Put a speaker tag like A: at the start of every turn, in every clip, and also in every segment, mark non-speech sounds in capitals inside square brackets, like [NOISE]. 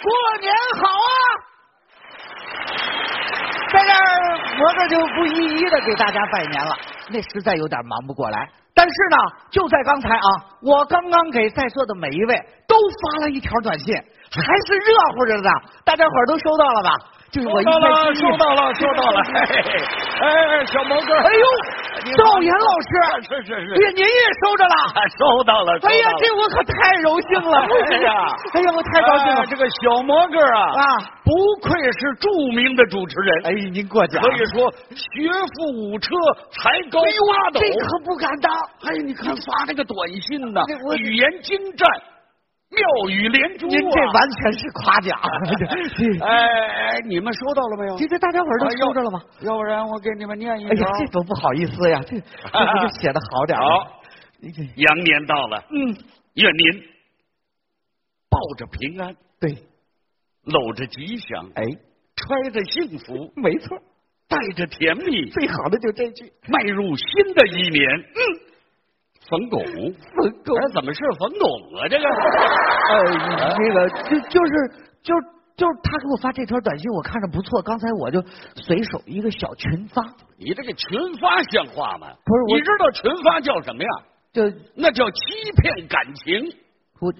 A: 过年好啊！在这儿，摩哥就不一一的给大家拜年了，那实在有点忙不过来。但是呢，就在刚才啊，我刚刚给在座的每一位都发了一条短信，还是热乎着的，大家伙儿都收到了吧？就是我一
B: 收到了，
A: 边
B: 收到了，收到 [LAUGHS] 了。嘿嘿嘿哎，哎小毛
A: [LAUGHS]
B: 哥，
A: 哎呦
B: 你，
A: 赵岩老师，
B: 是是是，
A: 也您也收着了。
B: [LAUGHS] 收到了。收到了
A: 哎呀，这我可太荣幸了！
B: 哎呀
A: 哎呀，我太高兴了
B: 哎！这个小毛哥啊，
A: 啊
B: 不愧是著名的主持人，
A: 哎，您过奖
B: 可以说学富五车，才高
A: 哎呦
B: 八斗。
A: 这可不敢当。
B: 哎，你看发那个短信呢
A: 这哎我，
B: 语言精湛，妙语连珠啊。
A: 您这完全是夸奖。啊
B: [LAUGHS] 哎哎，你们收到了没有？
A: 这这大家伙儿都收着了吗？
B: 哎要要不然我给你们念一
A: 哎
B: 条
A: 呀。，这多不好意思呀！这
B: [LAUGHS]
A: 这不就写的好点儿吗
B: 好？羊年到了，
A: 嗯，
B: 愿您抱着平安，
A: 对，
B: 搂着吉祥，
A: 哎，
B: 揣着幸福，
A: 没错儿，
B: 带着甜蜜，
A: 最好的就这句。
B: 迈入新的一年。嗯，冯巩，
A: 冯巩
B: 哎，怎么是冯巩啊？这个，
A: [LAUGHS] 哎，那个就就是就就是他给我发这条短信，我看着不错，刚才我就随手一个小群发，
B: 你这个群发像话吗？
A: 不是我
B: 你知道群发叫什么呀？
A: 就
B: 那叫欺骗感情。
A: 我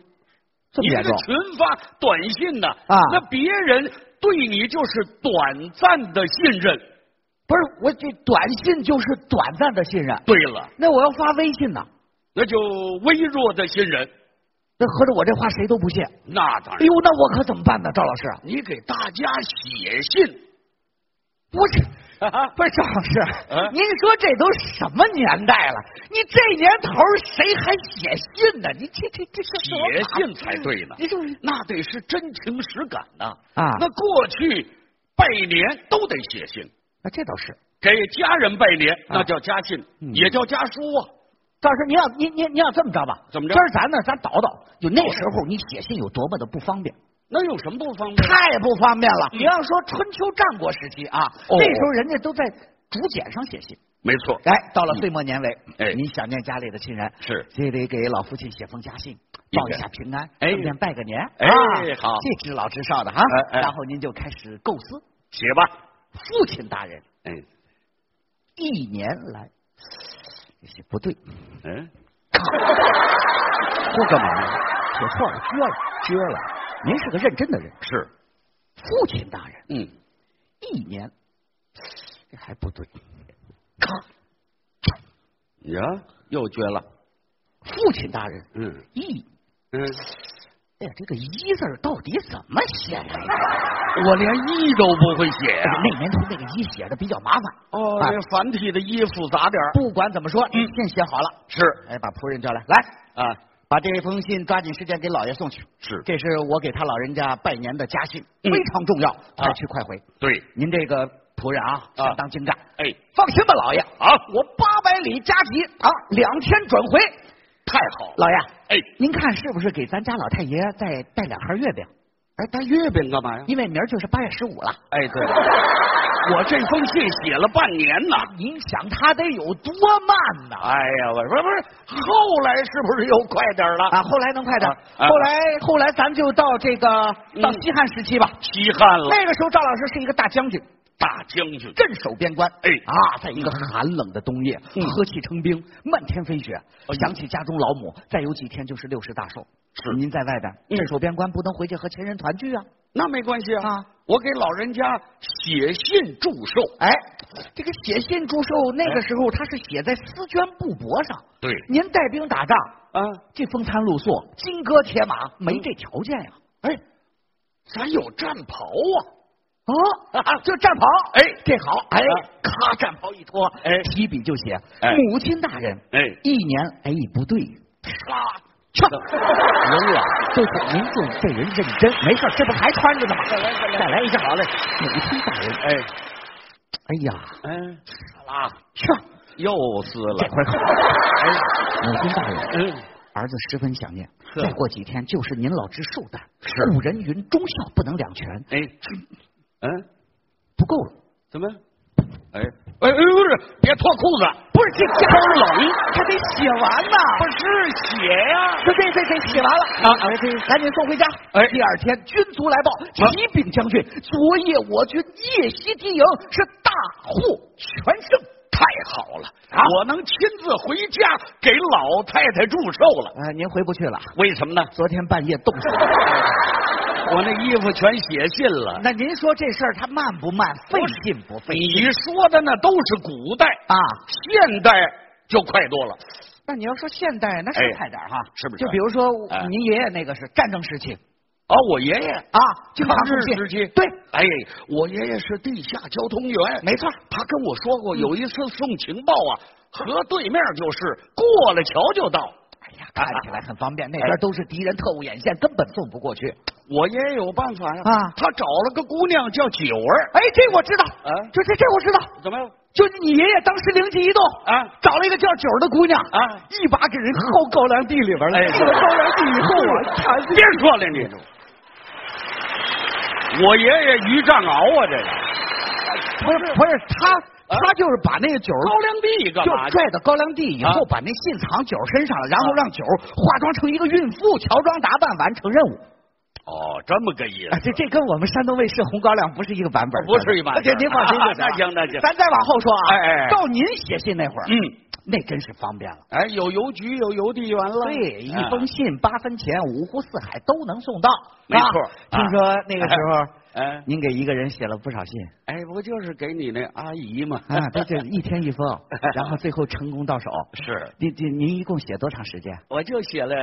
A: 这么
B: 你这
A: 严
B: 个
A: 重？
B: 群发短信呢？
A: 啊
B: 那别人对你就是短暂的信任。
A: 不是，我这短信就是短暂的信任。
B: 对了，
A: 那我要发微信呢？
B: 那就微弱的信任。
A: 那合着我这话谁都不信。
B: 那当
A: 哎
B: 然，
A: 呦，那我可怎么办呢，赵老师？啊
B: 你给大家写信，
A: 不是，不是赵老师，啊
B: 嗯
A: 您说这都什么年代了？你这年头儿谁还写信呢？你这这这这
B: 写信才对呢
A: 你这
B: 那得是真情实感呐、
A: 啊
B: 那过去拜年都得写信，
A: 那啊这倒是，
B: 给家人拜年
A: 啊
B: 那叫家信，
A: 嗯
B: 也叫家书啊。
A: 赵老师，您要您您您要这么着吧？
B: 怎么着
A: 今儿咱呢，咱倒倒，就那时候你写信有多么的不方便。
B: 那有什么不方便？
A: 太不方便了。
B: 嗯
A: 你要说春秋战国时期啊，
B: 哦
A: 那时候人家都在竹简上写信。
B: 没错，
A: 哎，到了岁末年尾，
B: 嗯哎
A: 你想念家里的亲人，
B: 是
A: 这得给老父亲写封家信，
B: 应
A: 报
B: 该
A: 一下平安，
B: 哎
A: 顺便拜个年，
B: 哎
A: 啊
B: 好
A: 这知老知少的哈
B: 哎，哎
A: 然后您就开始构思。
B: 写吧。
A: 父亲大人
B: 嗯
A: 一年来，这是不对， [LAUGHS]
B: 嗯，
A: 说干嘛呢？写错了，撅了，撅了。您是个认真的人，
B: 是，
A: 父亲大人
B: 嗯，
A: 一年，这还不对，
B: 呀，又撅了。
A: 父亲大人
B: 嗯
A: 一
B: 嗯，
A: 哎呀，这个“一”字儿到底怎么写来着？
B: 我连一都不会写呀、
A: 那年头那个“一”写的比较麻烦，
B: 哦，
A: 啊
B: 这繁体的一复杂点儿。
A: 不管怎么说，你信写好了。
B: 是
A: 哎，把仆人叫来，来
B: 啊，
A: 把这封信抓紧时间给老爷送去。
B: 是
A: 这是我给他老人家拜年的家信，
B: 嗯
A: 非常重要，快去快回。
B: 对，
A: 您这个仆人啊，
B: 啊
A: 相当精湛。
B: 哎，
A: 放心吧，老爷，
B: 好，
A: 我八百里加急啊，两天转回。
B: 太好了。
A: 老爷，
B: 哎，
A: 您看是不是给咱家老太爷再带两盒月饼？
B: 哎，带月饼干嘛呀？
A: 因为明儿就是八月十五了。
B: 哎，对，我这封信写了半年呢。
A: 您想他得有多慢呐？
B: 哎呀，我说不是，后来是不是又快点儿了？
A: 啊，后来能快点儿，
B: 啊啊
A: 后来后来咱就到这个到
B: 嗯
A: 西汉时期吧。
B: 稀罕了，
A: 那个时候赵老师是一个大将军，
B: 大将军。
A: 镇守边关。
B: 哎
A: 啊，在一个寒冷的冬夜，
B: 嗯哎
A: 呵气成冰，漫天飞雪。
B: 呦
A: 想起家中老母，再有几天就是六十大寿。
B: 是
A: 您在外边
B: 嗯
A: 镇守边关，不能回去和亲人团聚啊。
B: 那没关系
A: 啊，
B: 我给老人家写信祝寿。
A: 哎，这个写信祝寿，那
B: 哎
A: 个时候他是写在丝绢布帛上。
B: 对
A: 您带兵打仗，
B: 啊，
A: 这风餐露宿、金戈铁马，没这条件呀、
B: 哎，咱有战袍啊，
A: 哦，就战袍，
B: 哎
A: 这好，哎
B: 啊，
A: 咔，战袍一脱，
B: 哎
A: 提笔就写，
B: 哎
A: 母亲大人，
B: 哎
A: 一年，哎，不对，
B: 杀。
A: 去，人了，就是您就这人认真，没事，这不还穿着呢吗？
B: 再来再来
A: 再来一下，好嘞，母亲大人，
B: 哎，
A: 哎呀，
B: 嗯，死了，
A: 去，
B: 又死
A: 这
B: 了。
A: 回好，哎，母亲大人，
B: 嗯，
A: 儿子十分想念，
B: 是
A: 再过几天就是您老之寿诞，
B: 是
A: 古人云忠孝不能两全，
B: 哎，嗯，
A: 不够了，
B: 怎么？哎，哎哎，不是，别脱裤子，
A: 不是这家
B: 天儿冷，
A: 他得写完呐。
B: 不是血呀、
A: 这这这这写完了
B: 啊
A: 啊！这赶紧送回家。
B: 哎
A: 第二天军卒来报，
B: 啊
A: 启禀将军，昨夜我军夜袭敌营，是大获全胜。啊
B: 太好了、我能亲自回家给老太太祝寿了。
A: 啊，您回不去了，
B: 为什么呢？
A: 昨天半夜冻
B: [LAUGHS]
A: 死。
B: 我那衣服全写信了。
A: 那您说这事儿他慢不慢，费劲不费
B: 你
A: 劲
B: 说的那都是古代，
A: 啊？
B: 现代就快多了。
A: 那你要说现代，那是
B: 哎
A: 快点儿哈，
B: 是不是
A: 就比如说
B: 哎
A: 您爷爷那个是战争时期
B: 啊，我爷爷
A: 啊，经常
B: 抗
A: 送
B: 日
A: 信
B: 时期，
A: 对，
B: 哎，我爷爷是地下交通员，
A: 没错嗯儿。
B: 他跟我说过，有一次送情报啊，河对面就是，过了桥就到。
A: 哎呀，看起来很方
B: 哎
A: 便，那边都是敌人特务眼线，根本送不过去。
B: 我爷爷有办法呀、
A: 啊
B: 他找了个姑娘叫九儿，
A: 哎，这我知道，
B: 啊
A: 这这这我知道，
B: 怎么样？
A: 就你爷爷当时灵机一动
B: 啊
A: 找了一个叫九儿的姑娘
B: 啊
A: 一把给人薅高粱地里边了。
B: 哎
A: 进了高粱地以后
B: [LAUGHS]
A: 啊，看
B: 别说了你，我爷爷于占鳌啊，这个
A: 不是不是他。他就是把那个九儿
B: 高粱地啊干
A: 就
B: 嘛去？
A: 拽到高粱地以后
B: 啊，
A: 把那信藏九儿身上了，然后让九儿化妆成一个孕妇，乔装打扮完成任务。
B: 哦，这么个意
A: 啊，
B: 思。
A: 这这跟我们山东卫视红高粱不是一个版本的，
B: 不是一版本啊
A: 这您放心就
B: 那行那行
A: 咱再往后说啊，
B: 哎哎哎
A: 到您写信那会儿，
B: 嗯，
A: 那真是方便了。
B: 哎，有邮局，有邮递员了。
A: 对，一
B: 啊
A: 封信八分钱，五湖四海都能送到。
B: 没
A: 啊
B: 错
A: 听说那个时候，
B: 哎
A: 您给一个人写了不少
B: [LAUGHS]
A: 信
B: 哎，不就是给你那阿姨吗？
A: 啊，这就一天一封，然后最后成功到手。
B: [LAUGHS] 是，
A: 您您您一共写多长时间？
B: 我就写了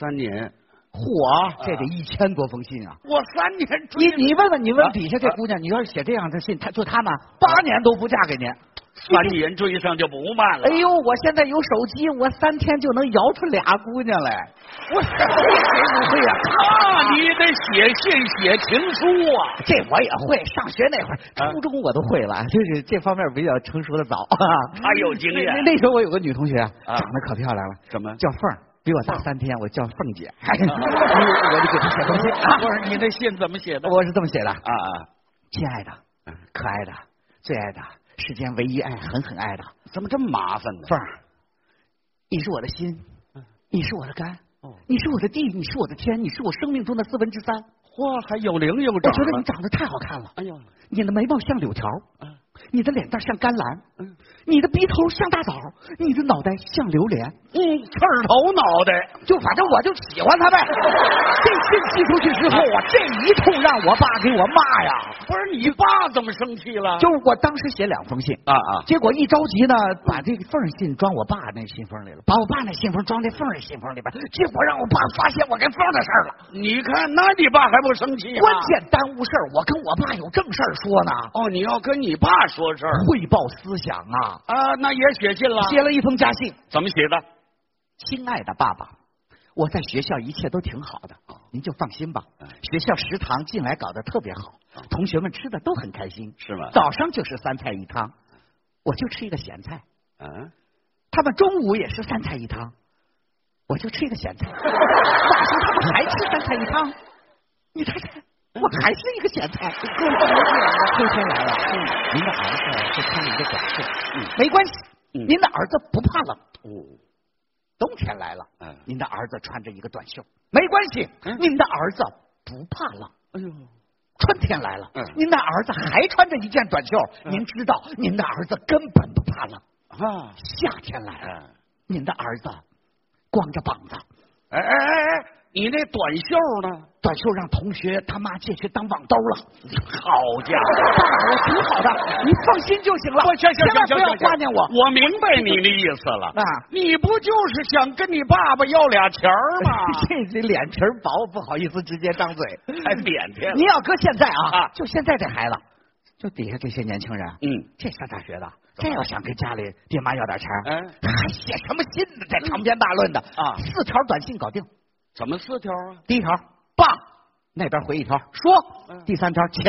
B: 三年，
A: 嚯，这得一千多封信啊！
B: 我三年啊追
A: 你你问问你问
B: 啊
A: 底下这姑娘，你要是写这样的信，她就她呢，
B: 啊
A: 八年都不嫁给您。
B: 三年追上就不慢了。
A: 哎呦，我现在有手机，我三天就能摇出俩姑娘来。 [LAUGHS] 我这谁不会啊呀、
B: 那啊你得写信写情书啊！
A: 这我也会，上学那会儿，
B: 啊
A: 初中我都会了，就是这方面比较成熟的 [LAUGHS] 早。哎
B: 他有经验
A: 那那那时候我有个女同学，长得可漂亮了，
B: 怎么
A: 叫凤儿，比我大三天，我叫凤姐。
B: 啊
A: 哎 [LAUGHS] 我就给她写封信啊，
B: 不是你那信怎么写的？
A: 我是这么写的：
B: 啊啊！
A: 亲爱的，可爱的，最爱的，世间唯一爱，狠狠爱的
B: 怎么这么麻烦呢？
A: 凤儿，你是我的心，你是我的肝
B: 嗯哦，
A: 你是我的地，你是我的天，你是我生命中的四分之三。
B: 嚯，还有零有
A: 我
B: 整
A: 觉得
B: 了
A: 你长得太好看了，
B: 哎呦，
A: 你的眉毛像柳条，
B: 嗯
A: 你的脸蛋像甘蓝，
B: 嗯
A: 你的鼻头像大枣，你的脑袋像榴莲。
B: 嗯，刺儿头脑袋，
A: 就反正我就喜欢
B: [LAUGHS]
A: 他呗。这信寄出去之后啊，这一通让我爸给我骂呀。
B: 不是你爸怎么生气了？
A: 就是我当时写两封信，
B: 啊啊！
A: 结果一着急呢，把这个缝儿信装我爸那信封里了，把我爸那信封装这缝儿的信封里边，结果让我爸发现我跟缝儿的事儿了。
B: 你看，那你爸还不生气吗？
A: 关键耽误事儿，我跟我爸有正事儿说呢，
B: 哦，你要跟你爸说事儿
A: 汇报思想啊，
B: 啊？那也写信了？
A: 写了一封家信。
B: 怎么写的？
A: 亲爱的爸爸，我在学校一切都挺好的，您就放心吧
B: 嗯。
A: 学校食堂近来搞得特别好，同学们吃的都很开心。
B: 是吗
A: 早上就是三菜一汤，我就吃一个咸菜。
B: 嗯，
A: 他们中午也是三菜一汤，我就吃一个咸菜。晚上他们还吃三菜一汤，你猜猜，我还是一个咸菜。
B: 嗯
A: 秋天来了，您的儿子就穿了一个短袖，没关系，
B: 嗯
A: 您的儿子不怕冷。
B: 哦，
A: 冬天来了，
B: 嗯
A: 您的儿子穿着一个短袖，没关系，
B: 嗯
A: 您的儿子不怕冷。
B: 哎呦，
A: 春天来了，
B: 嗯
A: 您的儿子还穿着一件短袖，您知道，您的儿子根本不怕冷。
B: 啊，
A: 夏天来了，
B: 哎
A: 您的儿子光着膀子，
B: 哎哎哎，你那短袖呢？
A: 短袖让同学他妈借去当网兜了。
B: 好家伙！
A: 爸爸，我挺好的，你放心就行了。
B: 我行行
A: 千
B: 行
A: 万
B: 行
A: 不要
B: 行，
A: 挂念我。
B: 我明白你的意思了。
A: 啊
B: 你不就是想跟你爸爸要俩钱儿 [LAUGHS] 吗？
A: [LAUGHS] 这这脸皮儿薄，不好意思直接
B: [LAUGHS]
A: 张嘴。
B: 还腼腆
A: 你要搁现在啊，
B: 啊
A: 就现在这孩子，就底下这些年轻人，
B: 嗯，
A: 这上大学的，这要想跟家里爹妈要点钱儿，
B: 哎
A: 还写什么信呢？这长篇大论的
B: 啊
A: 四条短信搞定。
B: 怎么四条啊？
A: 第一条，爸，那边回一条，说；
B: 嗯
A: 第三条，钱；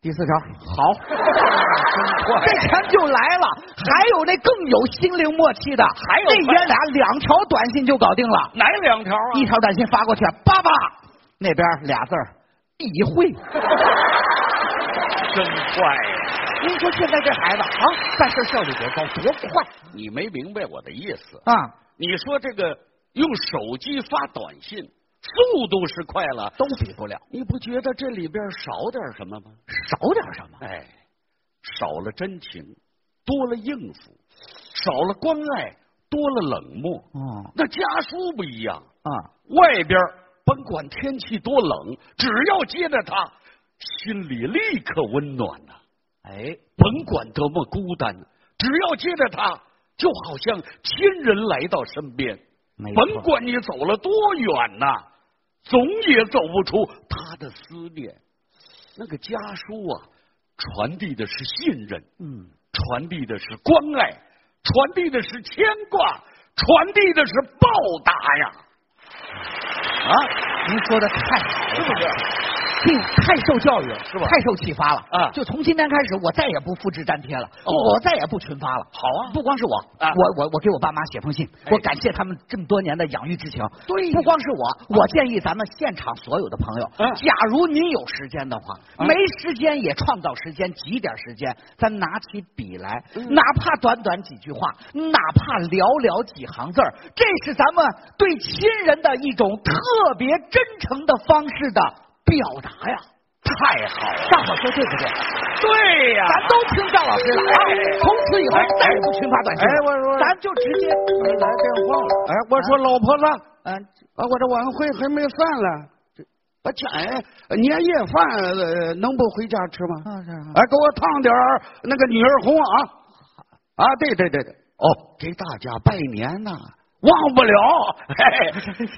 A: 第四条，好。
B: 快
A: 这钱就来了。还有那更有心灵默契的，还
B: 有
A: 那爷俩两条短信就搞定了。
B: 哪两条啊？
A: 一条短信发过去，爸爸那边俩字儿，一会。
B: 真快呀、
A: [LAUGHS] 您说现在这孩子啊，办事效率多高，多快
B: 你没明白我的意思。
A: 啊！
B: 你说这个用手机发短信速度是快了，
A: 都比不了，
B: 你不觉得这里边少点什么吗？
A: 少点什么？
B: 哎，少了真情，多了应付；少了关爱，多了冷漠。
A: 嗯
B: 那家书不一样，
A: 啊，
B: 外边甭管天气多冷，只要接着他，心里立刻温暖呐、
A: 哎，
B: 甭管多么孤单，只要接着他，就好像亲人来到身边。
A: 没错
B: 甭管你走了多远呐、总也走不出他的思念。那个家书啊，传递的是信任，
A: 嗯，
B: 传递的是关爱，传递的是牵挂，传递的是报答呀！啊，
A: 您说的太好了，
B: 是不是？
A: 这太受教育了，
B: 是吧
A: 太受启发了
B: 啊
A: 就从今天开始，我再也不复制粘贴了，
B: 哦
A: 我再也不群发了。
B: 好啊
A: 不光是我，
B: 啊
A: 我我我给我爸妈写封信，
B: 哎
A: 我感谢他们这么多年的养育之情。
B: 对呀啊
A: 不光是我，我建议咱们现场所有的朋友，
B: 嗯
A: 假如您有时间的话，
B: 嗯
A: 没时间也创造时间，挤点时间，咱拿起笔来，
B: 嗯
A: 哪怕短短几句话，哪怕寥寥几行字儿，这是咱们对亲人的一种特别真诚的方式的表达呀。
B: 太好了！啊
A: 大伙说对不对？
B: 对呀、
A: 咱都听赵老师的啊！从此以后
C: 哎
A: 再也不群发短信了。
B: 哎我说
A: 咱就直接
C: 来电话了。哎，我说老婆子，
A: 嗯、
C: 啊，我这晚会还没散了，这我家哎年夜饭呃能不回家吃吗？
A: 啊是啊
C: 哎，给我烫点儿那个女儿红啊！啊，对对对对，哦，给大家拜年呐、
A: 哎
B: 忘不了。哎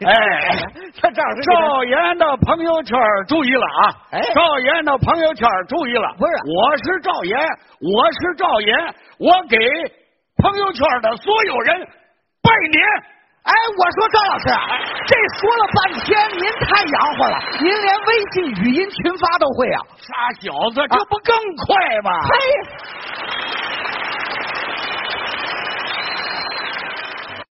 B: 哎，
A: 这赵老师
B: 赵岩的朋友圈儿注意了啊！
A: 哎
B: 赵岩的朋友圈儿注意了，
A: 不是
B: 我是赵岩，我是赵岩，我给朋友圈的所有人拜年。
A: 哎，我说赵老师，啊这说了半天，您太洋活了，您连微信语音群发都会啊？
B: 傻小子，这不更快吗？
A: 嘿，